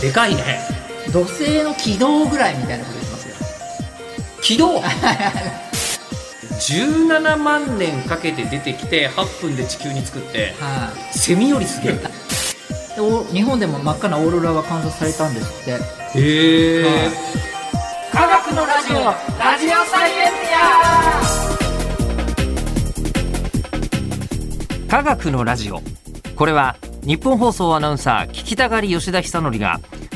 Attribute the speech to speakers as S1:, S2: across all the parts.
S1: でかいね
S2: 土星の軌道ぐらいみたいなこと言ってますよ
S1: 軌道17万年かけて出てきて8分で地球に作って
S2: は
S1: セミよりすげえ
S2: い、でお日本でも真っ赤なオーロラが観察されたんですって
S1: へえ、
S2: 科学のラジオラジオサイエン
S1: 科学のラジオこれは日本放送アナウンサー聞きたがり吉田久典が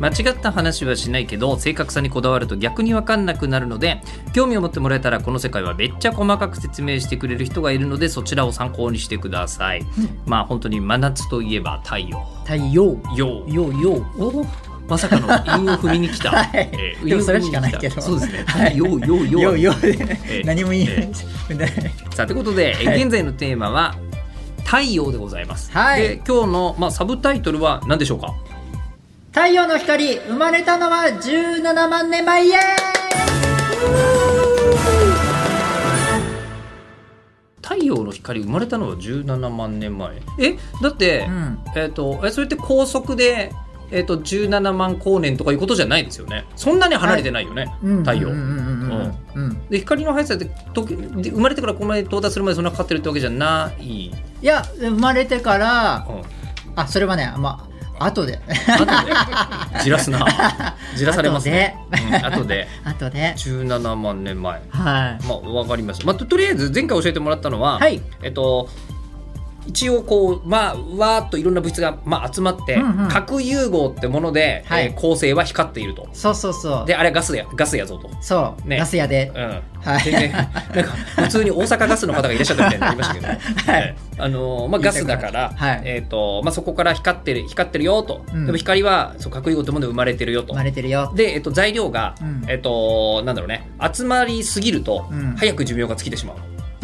S1: 間違った話はしないけど正確さにこだわると逆に分かんなくなるので興味を持ってもらえたらこの世界はめっちゃ細かく説明してくれる人がいるのでそちらを参考にしてください、まあ本当に真夏といえば太陽
S2: 太陽
S1: 陽
S2: ようよう
S1: おまさかの韻を踏みに来た、
S2: はい
S1: ー
S2: でもそれ
S1: 韻を踏みに来た
S2: しかないけど
S1: そうですね、
S2: はい
S1: ようようよう
S2: ようよう
S1: え
S2: 何も言えない
S1: え
S2: ね
S1: さあということで、え
S2: はい
S1: 現在のテーマは太陽でございます、
S2: はい
S1: で今日の、まあ、サブタイトルは何でしょうか
S2: 太陽の光生まれたのは17万年前イエー
S1: 太陽の光生まれたのは17万年前えだって、
S2: うん
S1: えっ、とえそれって高速でえっ、と17万光年とかいうことじゃないですよねそんなに離れてないよね、
S2: イ
S1: 太陽、
S2: うんうんうんうん
S1: で光の速さって時で生まれてからここまで到達するまでそんなかかってるってわけじゃない、
S2: いや生まれてから
S1: うん、
S2: あそれはねまあ後で
S1: あとでじらすなじらされますね
S2: 後で
S1: あと、で
S2: 後で
S1: 17万年前
S2: はい
S1: まあわかりました、まあ、ととりあえず前回教えてもらったのは、
S2: はい
S1: えっと一応こうまあわーっといろんな物質が、まあ、集まって、
S2: うんうん
S1: 核融合ってもので、
S2: はい
S1: えー恒星は光っていると
S2: そうそうそう
S1: であれはガスやガスやぞと、
S2: そう、
S1: ね
S2: ガス屋で
S1: うん、
S2: はい
S1: 全然なんか普通に大阪ガスの方がいらっしゃったみたいになりましたけど、 ええあのーまあ、ガスだから、
S2: はい
S1: えーとまあ、そこから光ってる光ってるよと、
S2: うん
S1: でも光はそう核融合ってもので生まれてるよと
S2: 生まれてるよ
S1: で、えっと、材料が、
S2: うん
S1: えっと、なんだろうね集まりすぎると、
S2: うん
S1: 早く寿命が尽きてしまう、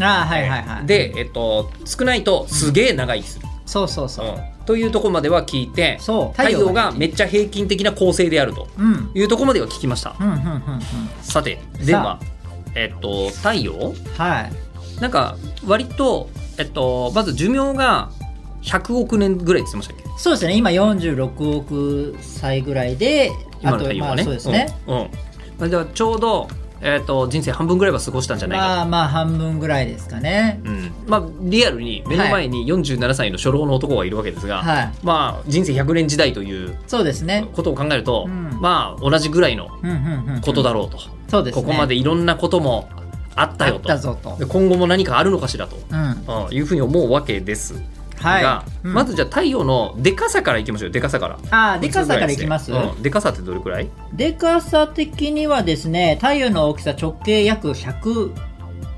S2: ああはいはいはい
S1: で、えっと、少ないとすげえ長生きする、
S2: そうそうそう、
S1: うんというとこまでは聞いて
S2: そう
S1: 太陽が
S2: ね
S1: めっちゃ平均的な構成であると
S2: うんうん
S1: いうとこまでは聞きました
S2: うんうんうん
S1: さてではえっと太陽
S2: はい
S1: なんか割と、えっと、まず寿命が100億年ぐらいって言ってましたっけ
S2: そうですね今46億歳ぐらいで
S1: 今の太陽はね。
S2: あとまあそうですね、
S1: うん。うんまあではちょうど、えっと人生半分ぐらいは過ごしたんじゃないかと
S2: まあまあ半分ぐらいですかね
S1: うんまあ、リアルに目の前に47歳の初老の男がいるわけですが、
S2: はい
S1: まあ、人生100年時代という
S2: そうですね
S1: ことを考えると、
S2: うん
S1: まあ、同じぐらいの
S2: うんうんうん
S1: ことだろうと、
S2: そうですね
S1: ここまでいろんなこともあったよ
S2: あっ
S1: と
S2: たぞと
S1: で今後も何かあるのかしらと、
S2: うん
S1: うんいうふうに思うわけですが
S2: は、い、うん
S1: まずじゃあ太陽のでかさからいきましょうよでかさから。
S2: ああでかさからいきます
S1: うんでかさってどれくらい
S2: でかさ的にはですね太陽の大きさ直径約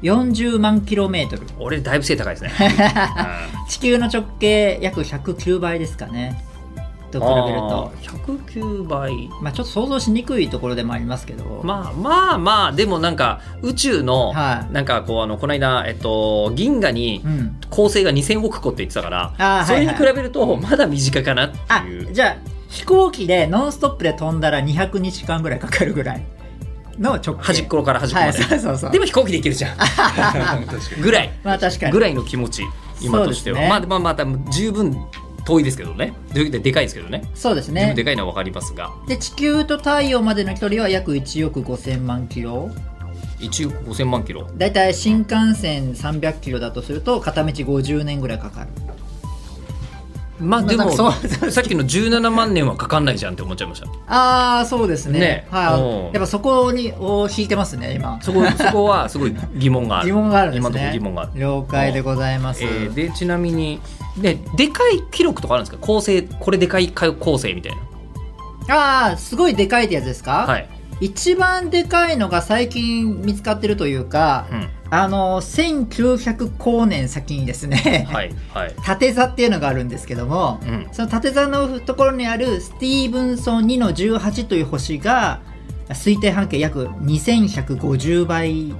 S2: 140万キロメートル
S1: 俺だいぶ背高いです ね。うん
S2: 地球の直径約109倍ですかねと比べると
S1: あー109倍
S2: まあちょっと想像しにくいところでもありますけど、
S1: まあまあまあでもなんか宇宙の、
S2: はい
S1: なんかこうあのこの間、えっと、銀河に
S2: うん
S1: 恒星が2000億個って言ってたから、
S2: あー
S1: それに
S2: はい
S1: 比
S2: はい
S1: べるとまだ身近かなっ
S2: あ
S1: ていう、
S2: じゃあ飛行機でノンストップで飛んだら200日間ぐらいかかるぐらいの直径
S1: 端っこから端っこ
S2: は
S1: ま
S2: い
S1: で、
S2: そうそうそう
S1: でも飛行機で行けるじゃ んぐらい
S2: まあ確かに
S1: ぐらいの気持ち今としては、
S2: そうですね
S1: まあまあまた十分遠いですけどねででかいですけどね
S2: そうです
S1: 十分
S2: ね
S1: でかいのは分かりますが
S2: で地球と太陽までの距離は約1億5000万キロ
S1: 1億5000万キロ
S2: だいたい新幹線300キロだとすると片道50年ぐらいかかる
S1: まあで
S2: ま
S1: も
S2: あ
S1: さ
S2: なん
S1: っ
S2: かそう
S1: きの17万年はかかんないじゃんって思っちゃいました
S2: ああそうですね
S1: ね
S2: は
S1: うん
S2: いやっぱそこにを引いてますね今
S1: そこそこはすごい疑問がある
S2: 疑問があるんですね
S1: 今のところ疑問がある
S2: 了解でございます、
S1: えーでちなみにででかい記録とかあるんですか構成これでかい構成みたい
S2: ああすごいでかいってやつですか、
S1: なはい、
S2: 一番でかいのが最近見つかってるというか、
S1: うん、
S2: あの1900光年先にですね、
S1: はいはい
S2: 縦座っていうのがあるんですけども、
S1: うん
S2: その縦座のところにあるスティーブンソン2の18という星が推定半径約2150倍っ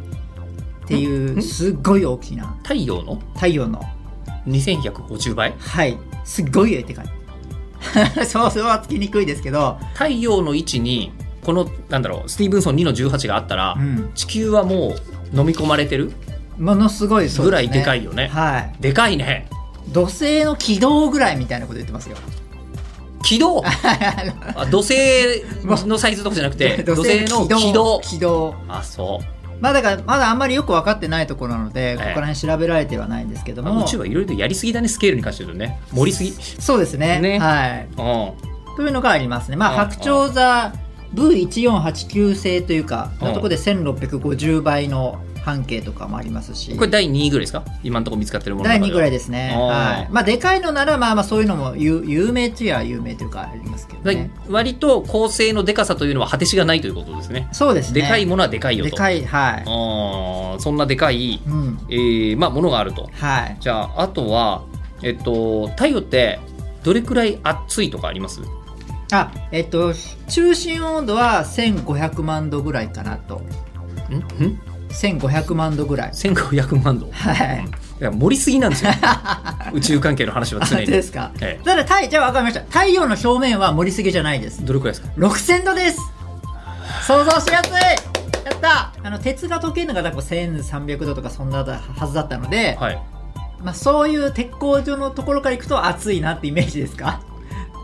S2: ていうすっごい大きな
S1: 太陽の
S2: 太陽の
S1: 2150倍
S2: はいすっごいでかい 想像はつきにくいですけど、
S1: 太陽の位置にこのなんだろうスティーブンソン2の18があったら、
S2: うん、
S1: 地球はもう飲み込まれてる
S2: ものすごいそう
S1: ぐ
S2: で
S1: ら
S2: すね
S1: いでかいよね
S2: はい
S1: でかいね
S2: 土星の軌道ぐらいみたいなこと言ってます よ
S1: 軌 道
S2: っ
S1: あ土星のサイズとかじゃなく て土星の軌道
S2: 軌道
S1: あそ
S2: まあだからまだあんまりよく分かってないところなので、ここら辺調べられてはないんですけど
S1: うあ
S2: も
S1: 宇宙はいろいろやりすぎだねスケールに関して言うとね盛りすぎ
S2: そうですね
S1: ね
S2: はい
S1: うん
S2: というのがありますねま
S1: あ
S2: あ
S1: あ
S2: 白鳥座 V1489 星というかのとこで1650倍の半径とかもありますし
S1: これ第2位ぐらいですか今のところ見つかってるものの
S2: 第2位ぐらい
S1: で
S2: ですね、
S1: ああ
S2: はいまあ、でかいのならまあまあそういうのも有有名といえば有名というかありますけどね
S1: 割と構成のでかさというのは果てしがないということですね
S2: そうですね
S1: でかいものはでかいよと
S2: でかいはい
S1: あーそんなでかい、
S2: うん
S1: えーまあ、ものがあると
S2: はい
S1: じゃああとは、えっと、太陽ってどれくらい熱いとかあります
S2: あえっと中心温度は1500万度ぐらいかなと
S1: んん
S2: 1500万度ぐらい
S1: ?1500 万度
S2: はい
S1: いや盛りすぎなんです よ宇宙関係の話は
S2: あ
S1: 常に、
S2: で
S1: え
S2: すか
S1: え、
S2: ただ太じゃあ分かりました太陽の表面は盛りすぎじゃないです
S1: どれくらいですか
S2: 6000度です想像しやすいやったあの鉄が溶けるのが多分1300度とかそんなだはずだったので、
S1: はい
S2: まあ、そういう鉄工所のところから行くと暑いなってイメージですか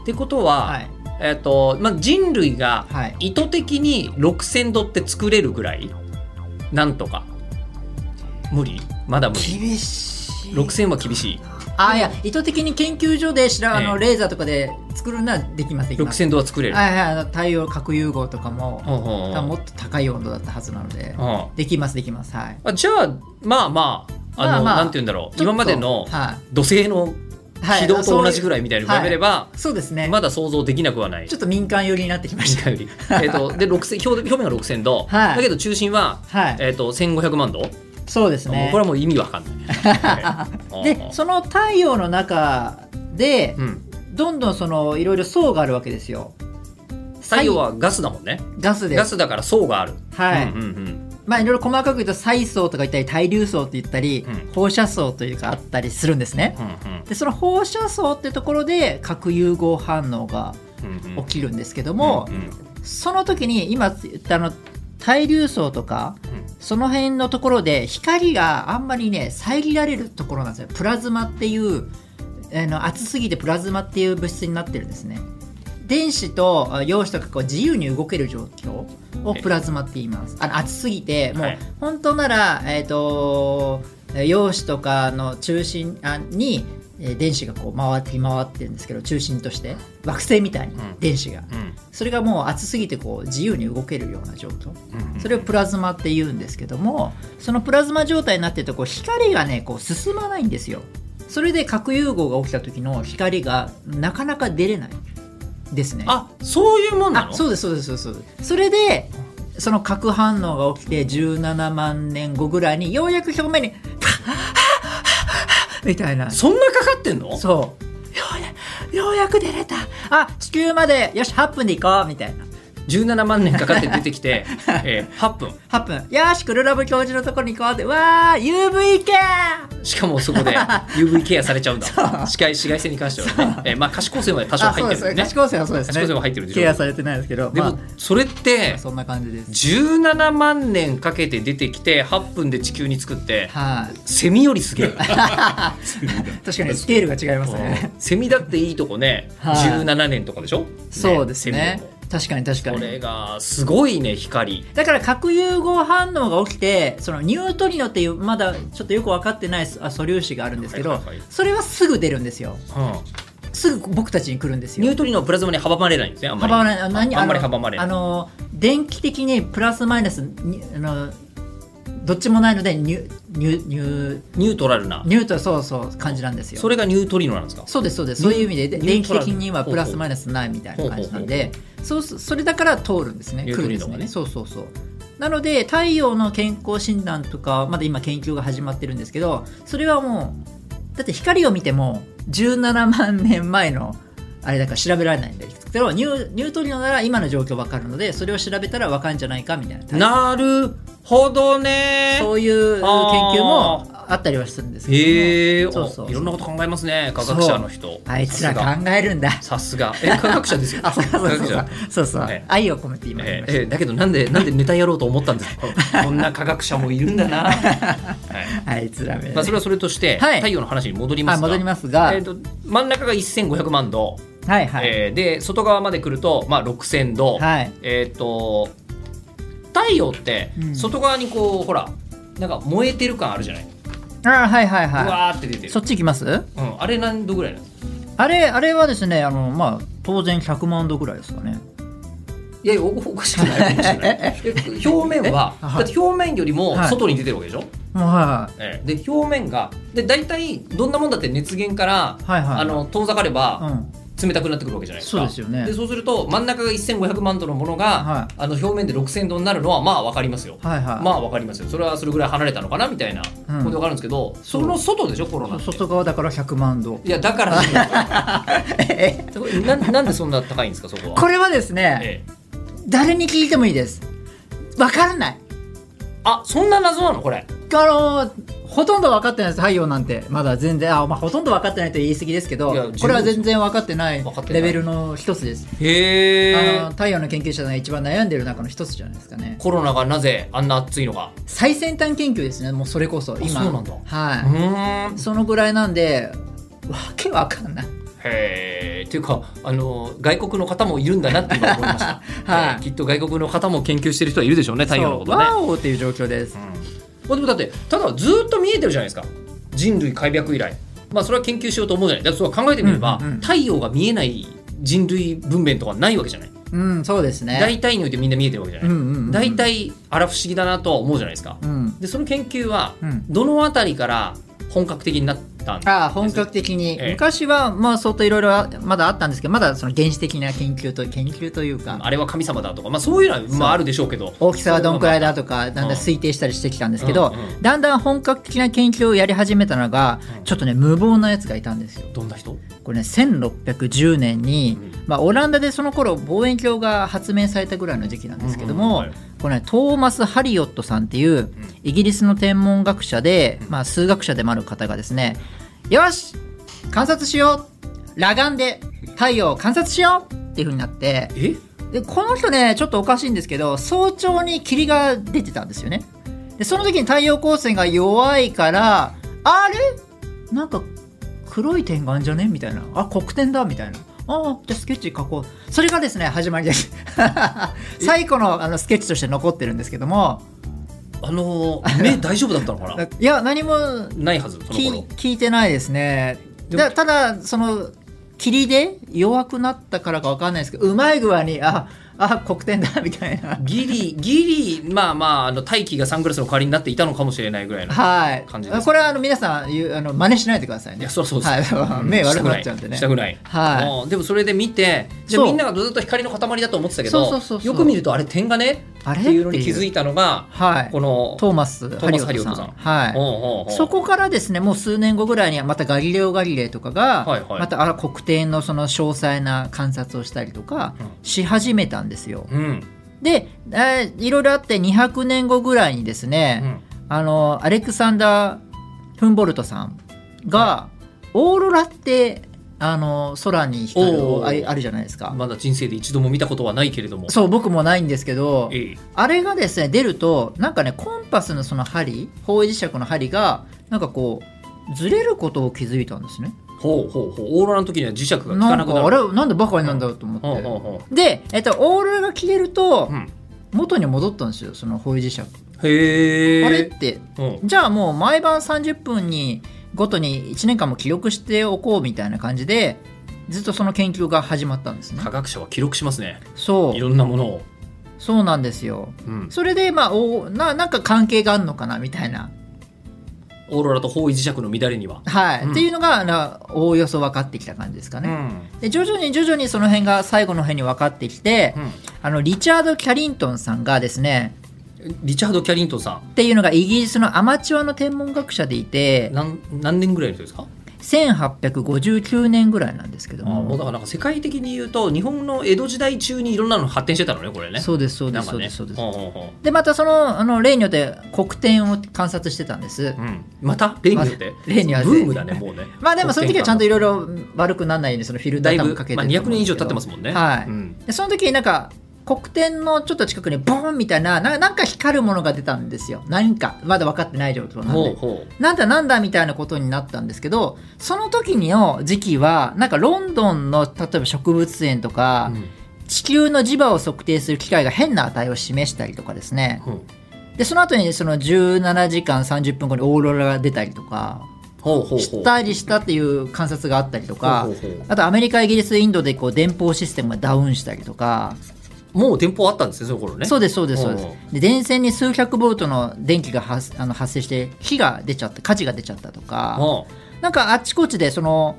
S1: ってことは、
S2: はい
S1: えっとまあ、人類が
S2: はい
S1: 意図的に6000度って作れるぐらいなんとか無理まだ無理
S2: 厳し
S1: 6000は厳しい
S2: あいや意図的に研究所でしらあの
S1: ええ
S2: レーザーとかで作るのはできますできます
S1: 6000度は作れる、
S2: はいはいあの太陽核融合とかも
S1: うんうんうん
S2: 多分もっと高い温度だったはずなので
S1: うん
S2: できますできますはい
S1: あじゃあまあまああの、
S2: まあまあ
S1: なんて言うんだろ
S2: ちょっ
S1: う
S2: と
S1: 今までの
S2: は
S1: 土星の
S2: いはい
S1: 軌道と同じぐらいみたいに比べれば、
S2: そうですね、
S1: まだ想像できなくはない。
S2: ちょっと民間寄りになってきまし
S1: 短
S2: た
S1: いより えっとで6000表表面が6000度、
S2: はい
S1: だけど中心は、
S2: はい、
S1: えっと1500万度、
S2: そうです
S1: もう
S2: ね
S1: これはもう意味わかんない。はい
S2: でその太陽の中で
S1: うん、
S2: どんどんそのいろいろ層があるわけですよ
S1: 太陽はガスだもんね
S2: ガスで
S1: ガ
S2: す
S1: スだから層がある。
S2: は
S1: う
S2: い、
S1: んうん
S2: まあいろいろ細かく言うと細層とか言ったり対流層って言ったり、
S1: うん
S2: 放射層というかあったりするんですね
S1: うんうん
S2: でその放射層ってところで核融合反応が
S1: うんうん
S2: 起きるんですけども、
S1: うんうん
S2: その時に今言ったあの対流層とか
S1: うん
S2: その辺のところで光があんまりね遮られるところなんですよプラズマっていうあの熱すぎてプラズマっていう物質になってるんですね電子とあ陽子とかこう自由に動ける状況をプラズマって言いますあの熱すぎても
S1: は
S2: う
S1: い
S2: 本当なら、えっ、と陽子とかの中心あにえー電子がこう回って回ってるんですけど中心として惑星みたいに
S1: うん
S2: 電子が
S1: うん
S2: それがもう熱すぎてこう自由に動けるような状況
S1: うんうん
S2: それをプラズマって言うんですけどもそのプラズマ状態になってるとこう光がねこう進まないんですよそれで核融合が起きた時の光がなかなか出れないですね
S1: あそういうもんな
S2: あ
S1: の
S2: そうですそうですそうですそれでその核反応が起きて17万年後ぐらいにようやく表面に 「みたいな
S1: そんなかかってんの
S2: そうようやようやく出れたあ地球までよし8分で行こうみたいな
S1: ?17 万年かかって出てき て、えー、8分。
S2: 8分よしクルラブ教授のところに行こうってわー UV 系
S1: しかもそこで UV ケアされちゃうんだ
S2: そう
S1: 紫外紫外線に関してはね、えーまあ、可視光線は多少
S2: あ
S1: 入
S2: そ
S1: って
S2: うで
S1: る
S2: す
S1: よ
S2: ね
S1: ね
S2: 可視光線はそうですね
S1: 可視光線は入ってるでしょ
S2: ケアされてないですけど
S1: でも、
S2: ま
S1: それっ
S2: あ、
S1: て
S2: そんな感じです
S1: 17万年かけて出てきて8分で地球に作って
S2: はい、
S1: セミよりすげえ
S2: 確かにスケールが違いますね
S1: セミだっていいとこね
S2: はい
S1: 17年とかでしょ、ね
S2: そうですね
S1: セミ
S2: 確かに確か
S1: こ
S2: に
S1: れがすごいね光
S2: だから核融合反応が起きてそのニュートリノっていうまだちょっとよく分かってないあ素粒子があるんですけど、
S1: はいはいはい
S2: それはすぐ出るんですよ
S1: う
S2: すぐ僕たちに来るんです
S1: ん、ニュ
S2: よ
S1: ートリノはプラズマに阻まれないんですねあんまり
S2: 阻まれない何
S1: あんまり
S2: の
S1: 阻まれない
S2: あの電気的にプラスマイナスにあのどっちもないのでニュニュニュ
S1: ニュートラルな
S2: ニュートそうそう感じなんですよ
S1: それがニュートリノなんですか
S2: そうですそうですそういう意味でで
S1: ニュ
S2: 電
S1: ー
S2: 気
S1: トラル
S2: 的にはプラスマイナスないみたいな感じなんでそうすそれだから通るんですね
S1: ニュー
S2: 来
S1: ト
S2: るん
S1: リ
S2: で
S1: ノ
S2: す
S1: が
S2: ね
S1: ね
S2: そうそうそうなので太陽の健康診断とかまだ今研究が始まってるんですけどそれはもうだって光を見ても17万年前のあれだから調べられないんだけどニューニュートリノなら今の状況わかるのでそれを調べたらわかるんじゃないかみたいな
S1: なるほどね
S2: そういう研
S1: あー
S2: 究もあったりはするんですけども
S1: へえ
S2: そうそうそう
S1: いろんなこと考えますね科学者の人
S2: あいつら考えるんだ
S1: さすがさすがえ科学者ですよ
S2: あそうそうそ
S1: 科
S2: う
S1: 学
S2: そ
S1: 者
S2: うそうそう、
S1: ええ
S2: 愛を込めて今言い
S1: え
S2: ま
S1: え
S2: し
S1: ええだけどなんでなんでネタやろうと思ったんですか こんな科学者もいるんだ な、はい
S2: た、あいつらめ、
S1: まあ、それはそれとして、
S2: はい
S1: 太陽の話に戻りま
S2: あ
S1: すが
S2: 戻りますが、
S1: えー、と真ん中が1500万度、
S2: はいはい、
S1: えーで外側まで来ると、まあ、6000度、
S2: はい
S1: えっ、と太陽って
S2: うん
S1: 外側にこう、ほらなんか燃えてる感あるじゃない、
S2: あはいはいうは
S1: わーって出て
S2: い
S1: る
S2: そっち行きます
S1: うん、あれ何度ぐらいなんですか
S2: あれあれはですねあのまあ当然100万度ぐらいですかね
S1: いやいやおおかしくないおかしくない え表面 は
S2: え
S1: だ
S2: あはい
S1: って表面よりも
S2: はい
S1: 外に出てるわけでしょ、
S2: もうは
S1: ええで表面がで大体どんなもんだって熱源から、
S2: いはいはいはい
S1: あの遠ざかれ
S2: う
S1: ば
S2: ん
S1: 冷たくなってくるわけじゃないですか
S2: そうですよね
S1: でそうすると真ん中が1500万度のものが、
S2: は
S1: あの表面で6000度になるのはまあ分かりますよ、
S2: はいはい
S1: まあ分かりますよそれはそれぐらい離れたのかなみたいなこと
S2: うん
S1: で分かるんですけど、その外でしょコロナって
S2: 外側だから100万度
S1: いやだからですよななん でそんな高いんですかそこは
S2: これはですね
S1: ええ
S2: 誰に聞いてもいいですわからない
S1: あそんな謎なのこれ
S2: あのほとんど分かってないです太陽なんてまだ全然あ、まあ、ほとんど分かってないと言い過ぎですけ
S1: いや
S2: どこれは全然分かってない
S1: 分かってな
S2: レ
S1: い
S2: ベルの一つです
S1: へ
S2: あの太陽の研究者が一番悩んでる中の一つじゃないですかね
S1: コロナがなぜあんな暑いのか
S2: 最先端研究ですねもうそれこそ今
S1: そうなんだう
S2: は
S1: ーん
S2: いそのぐらいなんでわけわかんない
S1: へえっていうかあの外国の方もいるんだなって今思いました、
S2: はい
S1: ええきっと外国の方も研究してる人はいるでしょうね太陽のことね
S2: そうワオっていう状況です、
S1: まあ、でもだってただずっと見えてるじゃないですか人類開闢以来まあそれは研究しようと思うじゃないだってそう考えてみれば、
S2: うんうんうん
S1: 太陽が見えない人類文明とかないわけじゃない
S2: うんそうですね
S1: 大体においてみんな見えてるわけじゃない、
S2: うんうんうんうん
S1: 大体あら不思議だなとは思うじゃないですか、
S2: うん
S1: でその研究は
S2: うん
S1: どのあたりから本格的になったんですか
S2: ああ本格的に、
S1: ええ
S2: 昔はまあ相当いろいろまだあったんですけどまだその原始的な研究と研究というか、
S1: あれは神様だとか、まあ、そういうのはまああるでしょうけど
S2: 大きさはどんくらい
S1: だ
S2: だとかだんだん推定したりしてきたんですけど、
S1: うんうん
S2: だんだん本格的な研究をやり始めたのが、
S1: うん
S2: ちょっとね無謀なやつがいたんですよ。
S1: どんな人
S2: これね1610年に、
S1: うん
S2: まあ、オランダでその頃望遠鏡が発明されたぐらいの時期なんですけども、
S1: うんうんはい
S2: これねトーマス・ハリオットさんっていうイギリスの天文学者で、まあ、数学者でもある方がですね「よし観察しよう裸眼で太陽を観察しよう!」っていう風になって
S1: え
S2: でこの人ねちょっとおかしいんですけど早朝に霧が出てたんですよねでその時に太陽光線が弱いからあれなんか黒い点があんじゃねみたいなあ黒点だみたいなあじゃあスケッチ書こうそれがですね始まりです 最古のあのスケッチとして残ってるんですけども
S1: あの ー目大丈夫だったのかない
S2: や何も
S1: ないはずその
S2: 聞
S1: 頃
S2: 聞いてないですね
S1: でも
S2: だただその霧で弱くなったからか分かんないですけどうまい具合にああ黒点だみたいな
S1: ギリギリまあまああの大気がサングラスの代わりになっていたのかもしれないぐらいの
S2: はい。
S1: 感じです
S2: これはあの皆さん言うあの真似しないでくださいね。
S1: いやそうそうそう
S2: はい。目悪くなっちゃうんでね
S1: し。たぐらい
S2: はい
S1: もうでもそれで見てじゃあ
S2: そう
S1: みんながずっと光の塊だと思ってたけど
S2: そうそうそうそう
S1: よく見るとあれ点がね
S2: あれ
S1: っていうのに気
S2: って
S1: づ
S2: いう
S1: いたのが
S2: はい。
S1: この
S2: トーマス
S1: トーマスハリオットさん
S2: はい。
S1: おうおうおう
S2: そこからですねもう数年後ぐらいにはまたガリレオ・ガリレイとかが、
S1: はいはい
S2: またあら黒点のその詳細な観察をしたりとか
S1: うん
S2: し始めたんですよ。
S1: うん
S2: で、えーいろいろあって200年後ぐらいにです
S1: う
S2: ね、
S1: ん
S2: あのアレクサンダー・フンボルトさんが、オーロラってあの空に光る
S1: おー
S2: あれあるじゃないですか、
S1: まだ人生で一度も見たことはないけれども
S2: そう僕もないんですけど
S1: ええ
S2: あれがですね出るとなんかねコンパスのその針方位磁石の針がなんかこうずれることを気づいたんですね
S1: ほうほうほうオーロラの時には磁石が効か
S2: な
S1: なんくな
S2: か
S1: る
S2: あれなんでバカになんだろうと思
S1: ほう
S2: っ
S1: ほう
S2: て
S1: ほ
S2: で、えっと、オーロラが消えると
S1: ううん
S2: 元に戻ったんですよその方位磁石あ
S1: へえ
S2: れってじゃあもう毎晩30分にごとに1年間も記録しておこうみたいな感じでずっとその研究が始まったんですね
S1: 科。学者は記録しますね
S2: そ
S1: いうろんなものを
S2: そうなんですよ。
S1: うん
S2: それでまあおななんか関係があるのかなみたいな、
S1: オーロラと方位磁石の乱れには
S2: はい
S1: うん
S2: っていうのがなおおよそ分かってきた感じですかね。で徐々に徐々にその辺が最後の辺に分かってきて
S1: うん
S2: あのリチャード・キャリントンさんがですね
S1: リチャード・キャリントンさん
S2: っていうのがイギリスのアマチュアの天文学者でいて
S1: 何何年ぐらいの人ですか
S2: 1859年ぐらいなんですけど
S1: ああもう
S2: も
S1: だからなんか世界的に言うと日本の江戸時代中にいろんなの発展してたのねこれね
S2: そうですそうで
S1: なん
S2: す
S1: か
S2: そう
S1: ね
S2: ですそうです
S1: ほうほうほ
S2: でまたそのあの例によって黒点を観察してたんです
S1: ううんまた例によって
S2: ま例によって
S1: ブームだねもうね
S2: まあでもその時はちゃんと
S1: と
S2: いろいろ悪くならないようにそのフィルタ
S1: だ
S2: ー
S1: い
S2: 多分
S1: ぶ、
S2: かけて
S1: まあ、
S2: ると
S1: 200
S2: 思うん
S1: 年以上
S2: ですけ
S1: 経
S2: ど
S1: ってますもんね
S2: はい
S1: うん
S2: でその時になんか黒点のちょっと近くにボーンみたいなななんか光るものが出たんですよ何かまだ分かってない状況なん
S1: ほう
S2: で
S1: ほう
S2: なんだなんだみたいなことになったんですけどその時の時期はなんかロンドンの例えば植物園とか、
S1: うん
S2: 地球の磁場を測定する機械が変な値を示したりとかですね
S1: ほう
S2: でその後にその17時間30分後にオーロラが出たりとか
S1: ほうほうほ
S2: し
S1: う
S2: たりしたっていう観察があったりとか
S1: ほうほうほう
S2: あとアメリカイギリスインドでこう電報システムがダウンしたりとか
S1: もう店舗あったんですねその頃ね
S2: そう
S1: う
S2: ですそうですそう
S1: おう
S2: ですで電線に数百ボルトの電気が発あの発生して火が出ちゃった火事が出ちゃったとか
S1: あ
S2: なんかあっちこっちでその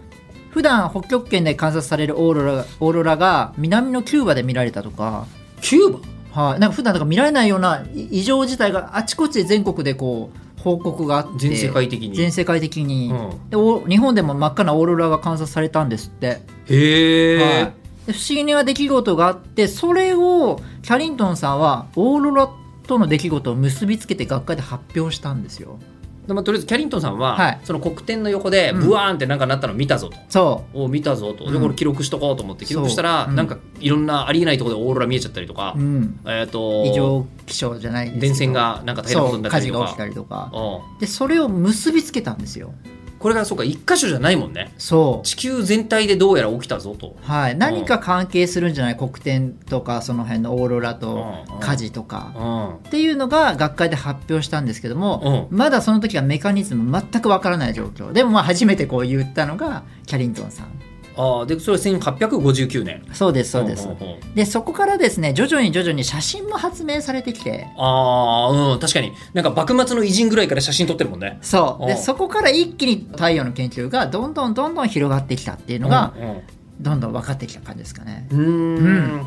S2: 普段北極圏で観察されるオーロラオーロラが南のキューバで見られたとか
S1: キューバ
S2: はい、なんか普段なんか見られないようない異常事態があちこちで全国でこう報告があって
S1: 全世界的に
S2: 全世界的に、
S1: うん
S2: でお日本でも真っ赤なオーロラが観察されたんですって、
S1: へえ、
S2: はいで不思議な出来事があってそれをキャリントンさんはオーロラとの出来事を結びつけて学会で発表したんですよ
S1: でまあ、とりあえずキャリントンさんは、
S2: はい
S1: その黒点の横で
S2: うん
S1: ブワーンってなんかなったの見たぞと、
S2: そ
S1: お見たぞとで
S2: うん
S1: これ記録しとこうと思って記録したら、
S2: そううん
S1: なんかいろんなありえないところでオーロラ見えちゃったりとか、
S2: う、うん、
S1: えっ、と
S2: 異常気象じゃないですけど
S1: 電線がなんか大変なこと
S2: そう
S1: になった
S2: 火
S1: り
S2: 事
S1: と
S2: が
S1: か
S2: 起きたりとか
S1: う
S2: でそれを結びつけたんですよ
S1: んこれがそうか一箇所じゃないもんね
S2: そう
S1: 地球全体でどうやら起きたぞと
S2: はい、何か関係するんじゃない黒点とかその辺のオーロラと
S1: うんうん
S2: 火事とか
S1: うん
S2: っていうのが学会で発表したんですけども、まだその時はメカニズム全くわからない状況でもまあ初めてこう言ったのがキャリントンさん
S1: ああでそれは1859年
S2: そうですそうです、
S1: んんん
S2: でそこからですね徐々に徐々に写真も発明されてきて
S1: ああうん確かになんか幕末の偉人ぐらいから写真撮ってるもんね
S2: そう
S1: う
S2: で
S1: ん
S2: そこから一気に太陽の研究がどんどんどんどん広がってきたっていうのが
S1: うんうん
S2: どんどん分かってきた感じですかね
S1: うーん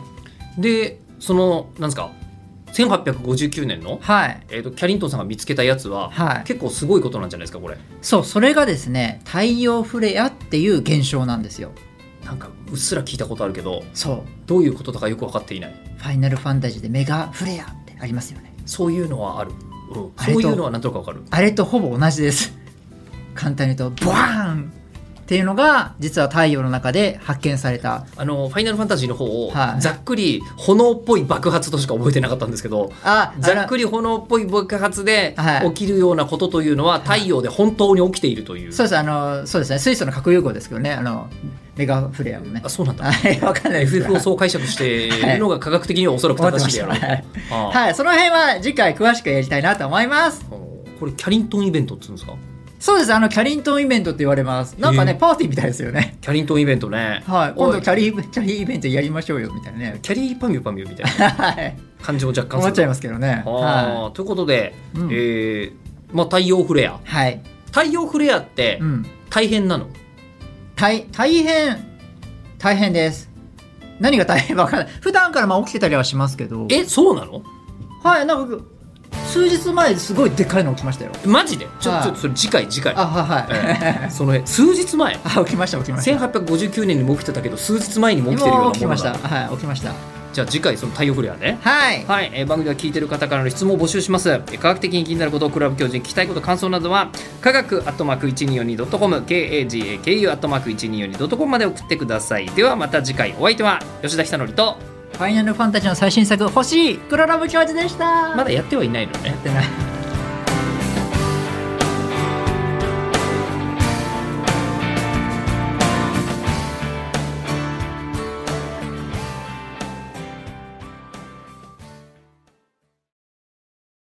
S1: でそのなんですか1859年の、
S2: はい
S1: えー、とキャリントンさんが見つけたやつは、
S2: はい
S1: 結構すごいことなんじゃないですかこれ
S2: そうそれがですね太陽フレアっていう現象なんですよ
S1: なんかうっすら聞いたことあるけど
S2: そう
S1: どういうことだかよく分かっていない
S2: ファイナルファンタジーでメガフレアってありますよね
S1: そういうのはある、うん、
S2: あれ
S1: そ
S2: と
S1: ういうのはなんとなく分かる
S2: あれとほぼ同じです簡単に言うとボワーンっていうのが実は太陽の中で発見された
S1: あのファイナルファンタジーの方を、
S2: はい
S1: ざっくり炎っぽい爆発としか覚えてなかったんですけど
S2: ああ
S1: ざっく
S2: り
S1: り炎っぽい爆発で
S2: はい
S1: 起きるようなことというのは太陽で本当に起きているという、
S2: そうですあのそうですね水素の核融合ですけどねあのメガフレアもね
S1: あそうなんだ
S2: はいわかんないです
S1: FF を
S2: が
S1: そう解釈しているのが科学的にはおそらく
S2: 思って
S1: 正
S2: ま
S1: しい
S2: し
S1: であ
S2: た
S1: ろうと。
S2: はい
S1: ああ
S2: はいその辺は次回詳しくやりたいなと思います
S1: これキャリントンイベントって言うんですか
S2: そうですあのキャリントンイベントって言われますなんかね
S1: へえ
S2: パーティーみたいですよね
S1: キャリントンイベントね
S2: はい今
S1: お
S2: 度キャリーキャリーイベントやりましょうよみたいなね
S1: キャリーパミュパミュみたいな
S2: はい
S1: 感じも若干
S2: 思っちゃい
S1: ま
S2: ますけどねはい
S1: ああということで、
S2: うん
S1: えーまあ、太陽フレア
S2: はい、
S1: 太陽フレアって
S2: うん、
S1: 大変なの、
S2: 大大変大変です何が大変わからない普段からまあ起きてたりはしますけど
S1: えそうなの
S2: はいなんか数日前すごいでっかいの起きましたよ
S1: マジでちょ
S2: はい
S1: ちょっとそれ次回次回、
S2: あはいはい、
S1: ええその辺数日前
S2: あ起きました起きました
S1: 1859年にも起きてたけど数日前にも起きてるようなも
S2: 今
S1: の
S2: 起きま
S1: だ
S2: したはい起きました
S1: じゃあ次回その太陽フレアね
S2: はい
S1: はい、えー番組では聞いてる方からの質問を募集しますえー科学的に気になることをクラブ教授に聞きたいこと感想などは科学アットマーク 1242.com kagaku アットマーク 1242.com まで送ってくださいではまた次回お相手は吉田久典と
S2: ファイナルファンタジーの最新作欲しい黒ラブ教授でした
S1: ま
S2: だ
S1: だやってはいないのね
S2: やってない